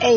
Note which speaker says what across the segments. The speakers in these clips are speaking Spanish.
Speaker 1: e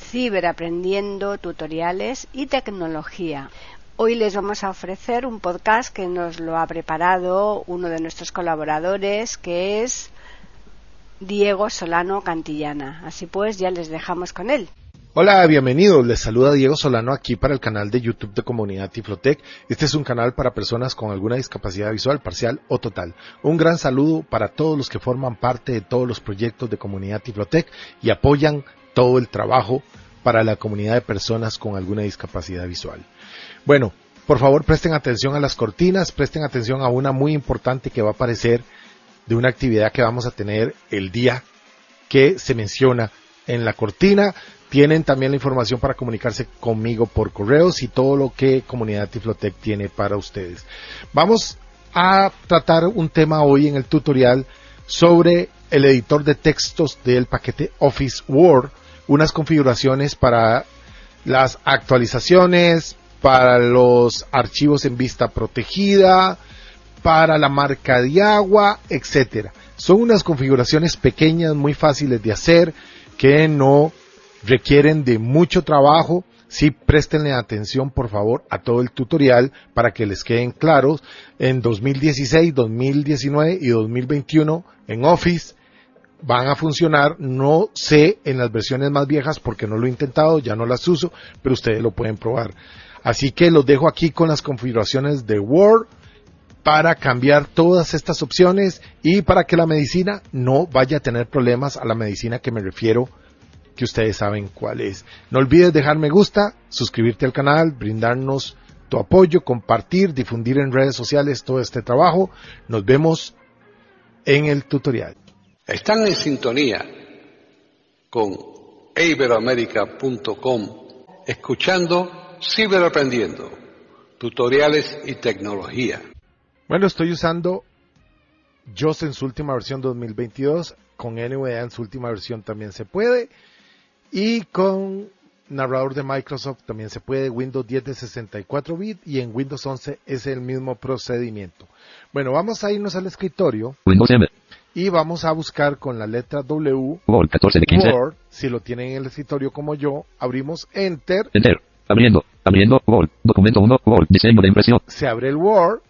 Speaker 1: Ciberaprendiendo Tutoriales y Tecnología. Hoy les vamos a ofrecer un podcast que nos lo ha preparado uno de nuestros colaboradores que es Diego Solano Cantillana. Así pues, ya les dejamos con él.
Speaker 2: Hola, bienvenidos. Les saluda Diego Solano aquí para el canal de YouTube de Comunidad Tiflotec. Este es un canal para personas con alguna discapacidad visual parcial o total. Un gran saludo para todos los que forman parte de todos los proyectos de Comunidad Tiflotec y apoyan todo el trabajo para la comunidad de personas con alguna discapacidad visual. Bueno, por favor presten atención a las cortinas, presten atención a una muy importante que va a aparecer de una actividad que vamos a tener el día que se menciona en la cortina. Tienen también la información para comunicarse conmigo por correos y todo lo que Comunidad Tiflotec tiene para ustedes. Vamos a tratar un tema hoy en el tutorial sobre el editor de textos del paquete Office Word, unas configuraciones para las actualizaciones, para los archivos en vista protegida, para la marca de agua, etcétera. Son unas configuraciones pequeñas, muy fáciles de hacer, que no requieren de mucho trabajo. Sí, préstenle atención, por favor, a todo el tutorial para que les queden claros. En 2016, 2019 y 2021 en Office van a funcionar. No sé en las versiones más viejas porque no lo he intentado, ya no las uso, pero ustedes lo pueden probar. Así que los dejo aquí con las configuraciones de Word para cambiar todas estas opciones y para que la medicina no vaya a tener problemas a la medicina que me refiero que ustedes saben cuál es. No olvides dejar me gusta, suscribirte al canal, brindarnos tu apoyo, compartir, difundir en redes sociales todo este trabajo. Nos vemos en el tutorial.
Speaker 3: Están en sintonía con iberoamerica.com escuchando Ciberaprendiendo, tutoriales y tecnología.
Speaker 2: Bueno, estoy usando JOS en su última versión 2022, con NVDA en su última versión también se puede, y con narrador de Microsoft también se puede, Windows 10 de 64 bits y en Windows 11 es el mismo procedimiento. Bueno, vamos a irnos al escritorio
Speaker 4: Windows M.
Speaker 2: y vamos a buscar con la letra W
Speaker 4: Word 14 de 15.
Speaker 2: Word, si lo tienen en el escritorio como yo, abrimos Enter,
Speaker 4: Enter. Abriendo. Abriendo. Word. Documento 1. Word. Diseño de impresión.
Speaker 2: se abre el Word,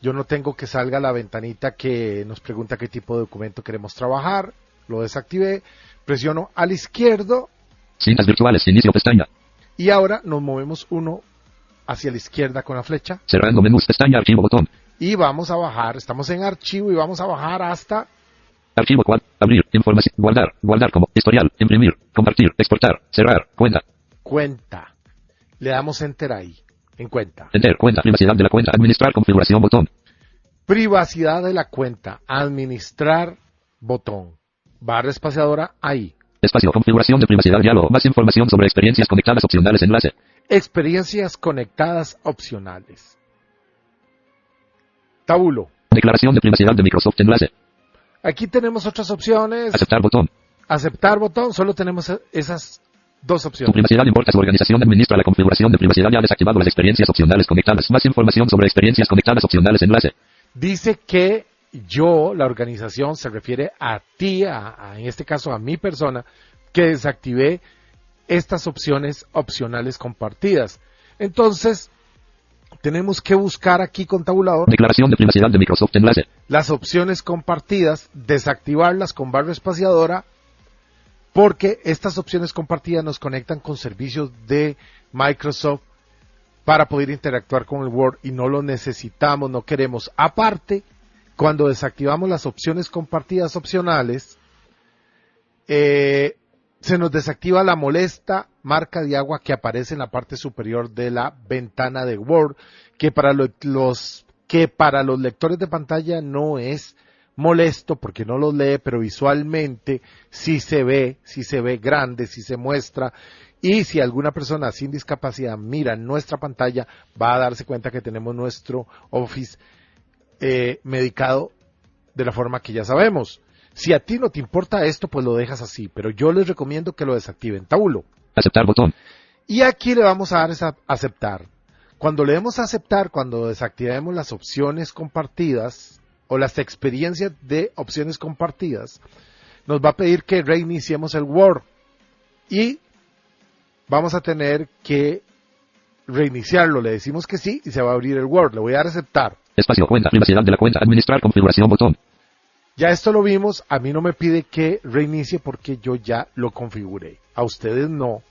Speaker 2: yo no tengo que salga la ventanita que nos pregunta qué tipo de documento queremos trabajar, lo desactivé, presiono al izquierdo
Speaker 4: Cintas virtuales. Inicio pestaña.
Speaker 2: y ahora nos movemos uno hacia la izquierda con la flecha
Speaker 4: Cerrando menús. Pestaña. Archivo botón.
Speaker 2: y vamos a bajar, estamos en archivo y vamos a bajar hasta
Speaker 4: Archivo cual. Abrir. Información. Guardar. Guardar como. Historial. Imprimir. Compartir. Exportar. Cerrar. Cuenta.
Speaker 2: cuenta. Le damos enter ahí, en cuenta.
Speaker 4: Enter. Cuenta. Privacidad de la cuenta. Administrar. Configuración. Botón.
Speaker 2: Privacidad de la cuenta, administrar botón. Barra espaciadora ahí.
Speaker 4: Espacio. Configuración de privacidad. Diálogo. Más información sobre experiencias conectadas opcionales. Enlace.
Speaker 2: Experiencias conectadas opcionales. Tabulo.
Speaker 4: Declaración de privacidad de Microsoft. Enlace.
Speaker 2: Aquí tenemos otras opciones.
Speaker 4: Aceptar botón.
Speaker 2: Aceptar botón, solo tenemos e- esas dos
Speaker 4: Tu
Speaker 2: opciones.
Speaker 4: privacidad importa. Su organización administra la configuración de privacidad. Ya desactivado las experiencias opcionales conectadas. Más información sobre experiencias conectadas opcionales. Enlace.
Speaker 2: Dice que yo, la organización, se refiere a ti, a- a- en este caso a mi persona, que desactivé estas opciones opcionales compartidas. Entonces, tenemos que buscar aquí con tabulador
Speaker 4: Declaración de privacidad de Microsoft. Enlace.
Speaker 2: las opciones compartidas, desactivarlas con barra espaciadora, porque estas opciones compartidas nos conectan con servicios de Microsoft para poder interactuar con el Word y no lo necesitamos, no queremos. Aparte, cuando desactivamos las opciones compartidas opcionales, eh, se nos desactiva la molesta marca de agua que aparece en la parte superior de la ventana de Word, que para lo- los que para los lectores de pantalla no es molesto porque no los lee, pero visualmente sí se ve, sí se ve grande, sí se muestra Y si alguna persona sin discapacidad mira nuestra pantalla, va a darse cuenta que tenemos nuestro Office eh, medicado de la forma que ya sabemos. Si a ti no te importa esto, pues lo dejas así, pero yo les recomiendo que lo desactiven. Tabulo.
Speaker 4: Aceptar botón.
Speaker 2: Y aquí le vamos a dar esa aceptar. Cuando le demos a aceptar, cuando desactivemos las opciones compartidas o las experiencias de opciones compartidas, nos va a pedir que reiniciemos el Word y vamos a tener que reiniciarlo. Le decimos que sí y se va a abrir el Word. Le voy a dar a aceptar.
Speaker 4: Espacio, cuenta, privacidad de la cuenta, administrar configuración, botón.
Speaker 2: Ya esto lo vimos, a mí no me pide que reinicie porque yo ya lo configuré. A ustedes no,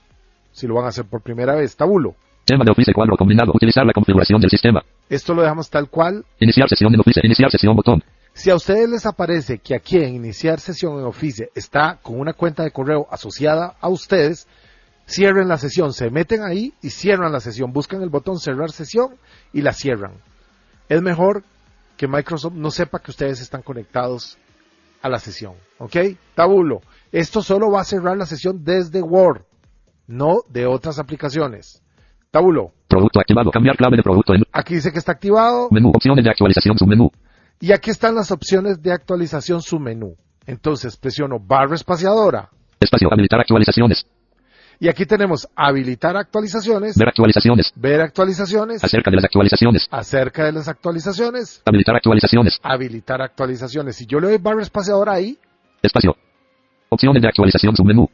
Speaker 2: si lo van a hacer por primera vez. Tabulo.
Speaker 4: Tema de Office cuadro combinado, utilizar la configuración del sistema.
Speaker 2: Esto lo dejamos tal cual.
Speaker 4: Iniciar sesión en Office, iniciar sesión, botón.
Speaker 2: Si a ustedes les aparece que aquí en iniciar sesión en Office está con una cuenta de correo asociada a ustedes, cierren la sesión, se meten ahí y cierran la sesión, buscan el botón cerrar sesión y la cierran. Es mejor que Microsoft no sepa que ustedes están conectados a la sesión, ¿ok? Tabulo, esto solo va a cerrar la sesión desde Word, no de otras aplicaciones. Tabulo,
Speaker 4: Producto activado, cambiar clave de producto en
Speaker 2: aquí dice que está activado
Speaker 4: menú, opciones de actualización, submenú.
Speaker 2: y aquí están las opciones de actualización submenú. Entonces presiono barra espaciadora
Speaker 4: Espacio, habilitar actualizaciones,
Speaker 2: y aquí tenemos habilitar actualizaciones,
Speaker 4: ver actualizaciones,
Speaker 2: ver actualizaciones,
Speaker 4: acerca de las actualizaciones,
Speaker 2: acerca de las actualizaciones,
Speaker 4: habilitar actualizaciones,
Speaker 2: habilitar actualizaciones. Si yo le doy barra espaciadora ahí,
Speaker 4: espacio. Opciones de actualización, submenú.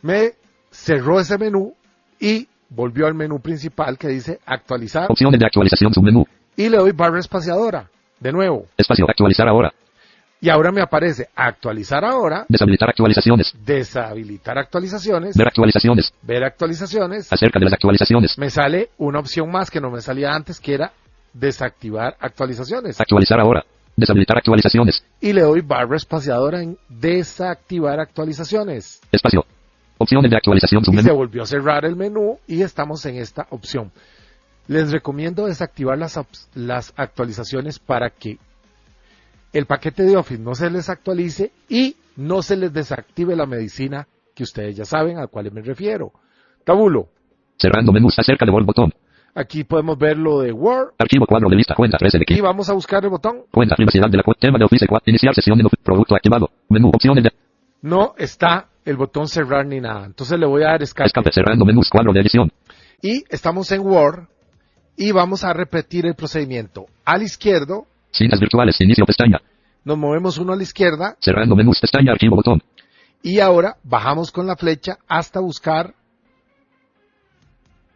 Speaker 2: me cerró ese menú y volvió al menú principal que dice actualizar
Speaker 4: Opciones de actualización, submenú.
Speaker 2: y le doy barra espaciadora de nuevo
Speaker 4: Espacio, actualizar ahora,
Speaker 2: y ahora me aparece actualizar ahora,
Speaker 4: deshabilitar actualizaciones,
Speaker 2: deshabilitar actualizaciones,
Speaker 4: ver actualizaciones,
Speaker 2: ver actualizaciones,
Speaker 4: acerca de las actualizaciones,
Speaker 2: me sale una opción más que no me salía antes que era desactivar actualizaciones
Speaker 4: actualizar ahora, deshabilitar actualizaciones,
Speaker 2: y le doy barra espaciadora en desactivar actualizaciones
Speaker 4: espacio. Opciones de actualización,
Speaker 2: y se
Speaker 4: submenú.
Speaker 2: volvió a cerrar el menú y estamos en esta opción. Les recomiendo desactivar las, ops- las actualizaciones para que el paquete de Office no se les actualice y no se les desactive la medicina que ustedes ya saben a cuál me refiero. Tabulo,
Speaker 4: Cerrando menús, acerca de Word, botón.
Speaker 2: aquí podemos ver lo de Word
Speaker 4: Archivo cuadro de lista, cuenta 13 de
Speaker 2: y
Speaker 4: 15.
Speaker 2: vamos a buscar el botón.
Speaker 4: Cuenta privacidad de la cuenta, tema de Office cua- iniciar sesión en Office, producto activado, menú, opciones de
Speaker 2: No está el botón cerrar ni nada. Entonces le voy a dar escape.
Speaker 4: escape, cerrando menús, cuadro de edición,
Speaker 2: Y estamos en Word y vamos a repetir el procedimiento. Al izquierdo,
Speaker 4: cintas virtuales, inicio pestaña,
Speaker 2: nos movemos uno a la izquierda
Speaker 4: cerrando menús, pestaña, archivo, botón.
Speaker 2: Y ahora bajamos con la flecha hasta buscar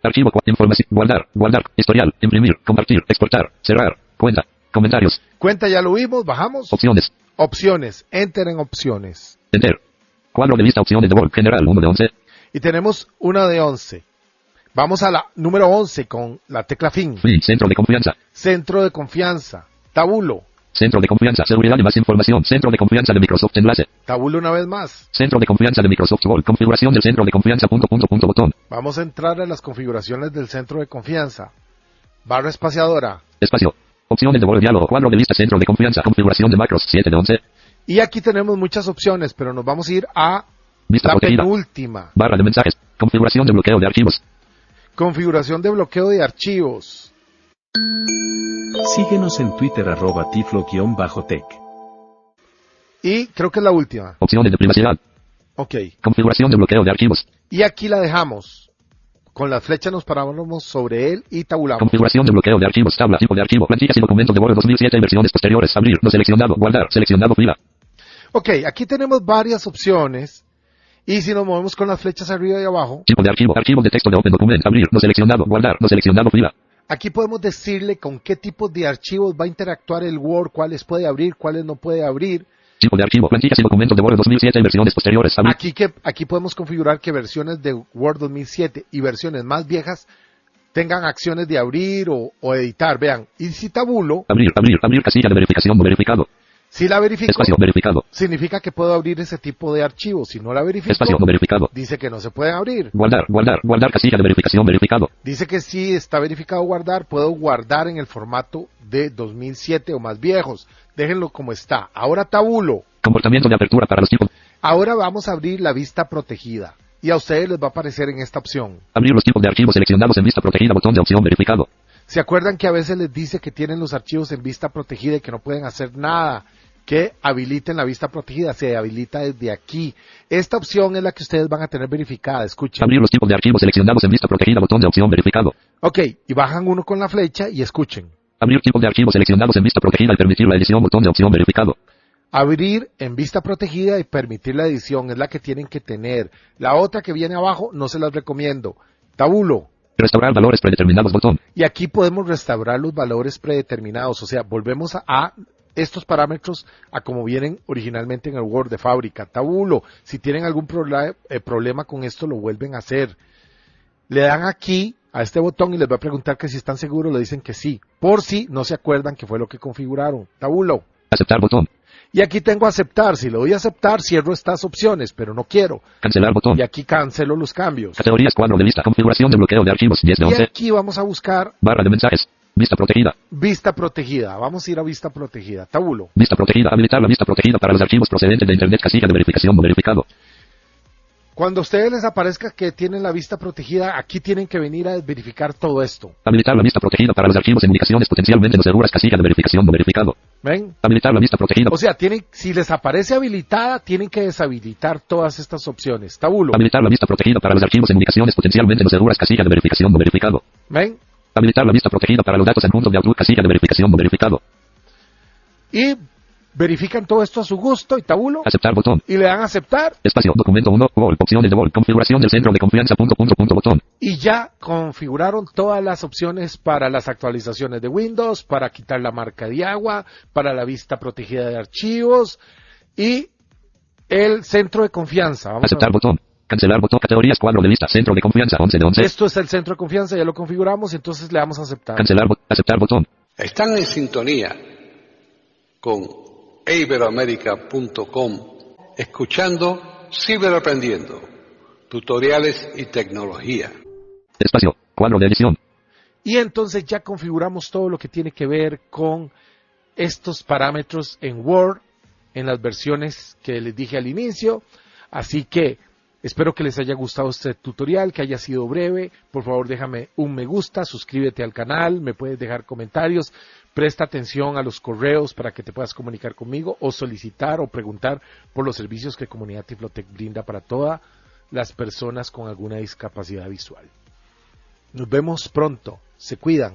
Speaker 4: Archivo, cua- información, guardar, guardar, historial, imprimir, compartir, exportar, cerrar, cuenta, comentarios,
Speaker 2: cuenta, ya lo vimos, bajamos.
Speaker 4: opciones,
Speaker 2: Opciones, enter en opciones.
Speaker 4: enter. Cuadro de lista, opciones de Word, general, 1 de 11,
Speaker 2: Y tenemos una de 11. Vamos a la número 11 con la tecla fin.
Speaker 4: Fin, centro de confianza.
Speaker 2: Centro de confianza. Tabulo.
Speaker 4: Centro de confianza, seguridad y más información. Centro de confianza de Microsoft enlace.
Speaker 2: Tabulo una vez más.
Speaker 4: Centro de confianza de Microsoft Word. Configuración del centro de confianza. Punto, punto, punto, botón.
Speaker 2: Vamos a entrar a las configuraciones del centro de confianza. Barra espaciadora.
Speaker 4: Espacio. Opciones de Word diálogo. Cuadro de lista. Centro de confianza. Configuración de macros. 7 de 11.
Speaker 2: Y aquí tenemos muchas opciones, pero nos vamos a ir a
Speaker 4: Vista
Speaker 2: la
Speaker 4: protegida.
Speaker 2: penúltima.
Speaker 4: Barra de mensajes. Configuración de bloqueo de archivos.
Speaker 2: Configuración de bloqueo de archivos.
Speaker 5: Síguenos en Twitter arroba tiflo-tech.
Speaker 2: Y creo que es la última.
Speaker 4: Opciones de privacidad.
Speaker 2: Ok.
Speaker 4: Configuración de bloqueo de archivos.
Speaker 2: Y aquí la dejamos. Con la flecha nos paramos sobre él y tabulamos.
Speaker 4: Configuración de bloqueo de archivos. Tabla. Tipo de archivo. Plantillas y documentos de Word 2007. en Versiones posteriores. Abrir. No seleccionado. Guardar. Seleccionado. Fila.
Speaker 2: Ok, aquí tenemos varias opciones. Y si nos movemos con las flechas arriba y abajo,
Speaker 4: Tipo de archivo. Archivo de texto de Open Document. Abrir. No seleccionado. Guardar. No seleccionado. Fila.
Speaker 2: aquí podemos decirle con qué tipo de archivos va a interactuar el Word, cuáles puede abrir, cuáles no puede abrir.
Speaker 4: Tipo de archivo. Plantillas y documentos de Word 2007. en Versiones posteriores. Abrir.
Speaker 2: Aquí, que, aquí podemos configurar que versiones de Word 2007 y versiones más viejas tengan acciones de abrir o, o editar. Vean, y si tabulo,
Speaker 4: Abrir, abrir, abrir casilla de verificación no verificado.
Speaker 2: si la verifico,
Speaker 4: Espacio verificado.
Speaker 2: significa que puedo abrir ese tipo de archivos. Si no la verifico,
Speaker 4: Espacio no verificado.
Speaker 2: dice que no se pueden abrir.
Speaker 4: Guardar, guardar, guardar casilla de verificación verificado.
Speaker 2: Dice que si está verificado guardar, puedo guardar en el formato de 2007 o más viejos. Déjenlo como está. Ahora tabulo.
Speaker 4: Comportamiento de apertura para los tipos.
Speaker 2: Ahora vamos a abrir la vista protegida. y a ustedes les va a aparecer en esta opción.
Speaker 4: Abrir los tipos de archivos seleccionados en vista protegida, botón de opción verificado.
Speaker 2: ¿Se acuerdan que a veces les dice que tienen los archivos en vista protegida y que no pueden hacer nada? Que habiliten la vista protegida, se habilita desde aquí. Esta opción es la que ustedes van a tener verificada, escuchen.
Speaker 4: Abrir los tipos de archivos seleccionados en vista protegida, botón de opción verificado.
Speaker 2: Ok, y bajan uno con la flecha y escuchen.
Speaker 4: Abrir tipos de archivos seleccionados en vista protegida y permitir la edición, botón de opción verificado.
Speaker 2: Abrir en vista protegida y permitir la edición es la que tienen que tener. La otra que viene abajo no se las recomiendo. Tabulo.
Speaker 4: Restaurar valores predeterminados, botón.
Speaker 2: Y aquí podemos restaurar los valores predeterminados, o sea, volvemos a, a estos parámetros a como vienen originalmente en el Word de fábrica. Tabulo, si tienen algún prola- eh, problema con esto, lo vuelven a hacer. Le dan aquí a este botón y les va a preguntar que si están seguros, le dicen que sí, por si no se acuerdan que fue lo que configuraron. Tabulo.
Speaker 4: Aceptar, botón.
Speaker 2: Y aquí tengo aceptar, si le doy a aceptar, cierro estas opciones, pero no quiero.
Speaker 4: Cancelar, botón.
Speaker 2: Y aquí cancelo los cambios.
Speaker 4: Categorías, cuadro de lista, configuración de bloqueo de archivos 10 de
Speaker 2: Y
Speaker 4: 11.
Speaker 2: aquí vamos a buscar
Speaker 4: Barra de mensajes. Vista protegida.
Speaker 2: vista protegida. Vamos a ir a vista protegida. Tabulo.
Speaker 4: Vista protegida. Habilitar la vista protegida para los archivos procedentes de Internet. Casilla de verificación no verificado.
Speaker 2: Cuando a ustedes les aparezca que tienen la vista protegida, aquí tienen que venir a verificar todo esto.
Speaker 4: Habilitar la vista protegida para los archivos en ubicaciones potencialmente no seguras. Casilla de verificación no verificado.
Speaker 2: ¿Ven?
Speaker 4: Habilitar la vista protegida.
Speaker 2: O sea, tienen, si les aparece habilitada, tienen que deshabilitar todas estas opciones. Tabulo.
Speaker 4: Habilitar la vista protegida para los archivos en ubicaciones potencialmente no seguras. Casilla de verificación no verificado.
Speaker 2: ¿Ven?
Speaker 4: Habilitar la vista protegida para los datos en puntos de Outlook. Casilla de verificación no verificado.
Speaker 2: Y verifican todo esto a su gusto y tabulo.
Speaker 4: Aceptar botón.
Speaker 2: Y le dan a aceptar
Speaker 4: Espacio. Documento 1. Vol. Opciones de Vol. Configuración del centro de confianza. Punto, punto, punto, botón.
Speaker 2: y ya configuraron todas las opciones para las actualizaciones de Windows, para quitar la marca de agua, para la vista protegida de archivos y el centro de confianza. Vamos a-
Speaker 4: Aceptar botón. Cancelar botón. Categorías, cuadro de lista. Centro de confianza 11 de 11.
Speaker 2: Esto es el centro de confianza, ya lo configuramos, entonces le damos a aceptar.
Speaker 4: Cancelar. bot- Aceptar botón.
Speaker 3: Están en sintonía con iberoamerica.com, escuchando Ciberaprendiendo, tutoriales y tecnología.
Speaker 4: Espacio. Cuadro de edición.
Speaker 2: Y entonces ya configuramos todo lo que tiene que ver con estos parámetros en Word, en las versiones que les dije al inicio. Así que espero que les haya gustado este tutorial, que haya sido breve. Por favor, déjame un me gusta, suscríbete al canal, me puedes dejar comentarios, presta atención a los correos para que te puedas comunicar conmigo o solicitar o preguntar por los servicios que Comunidad Tiflotec brinda para todas las personas con alguna discapacidad visual. Nos vemos pronto. Se cuidan.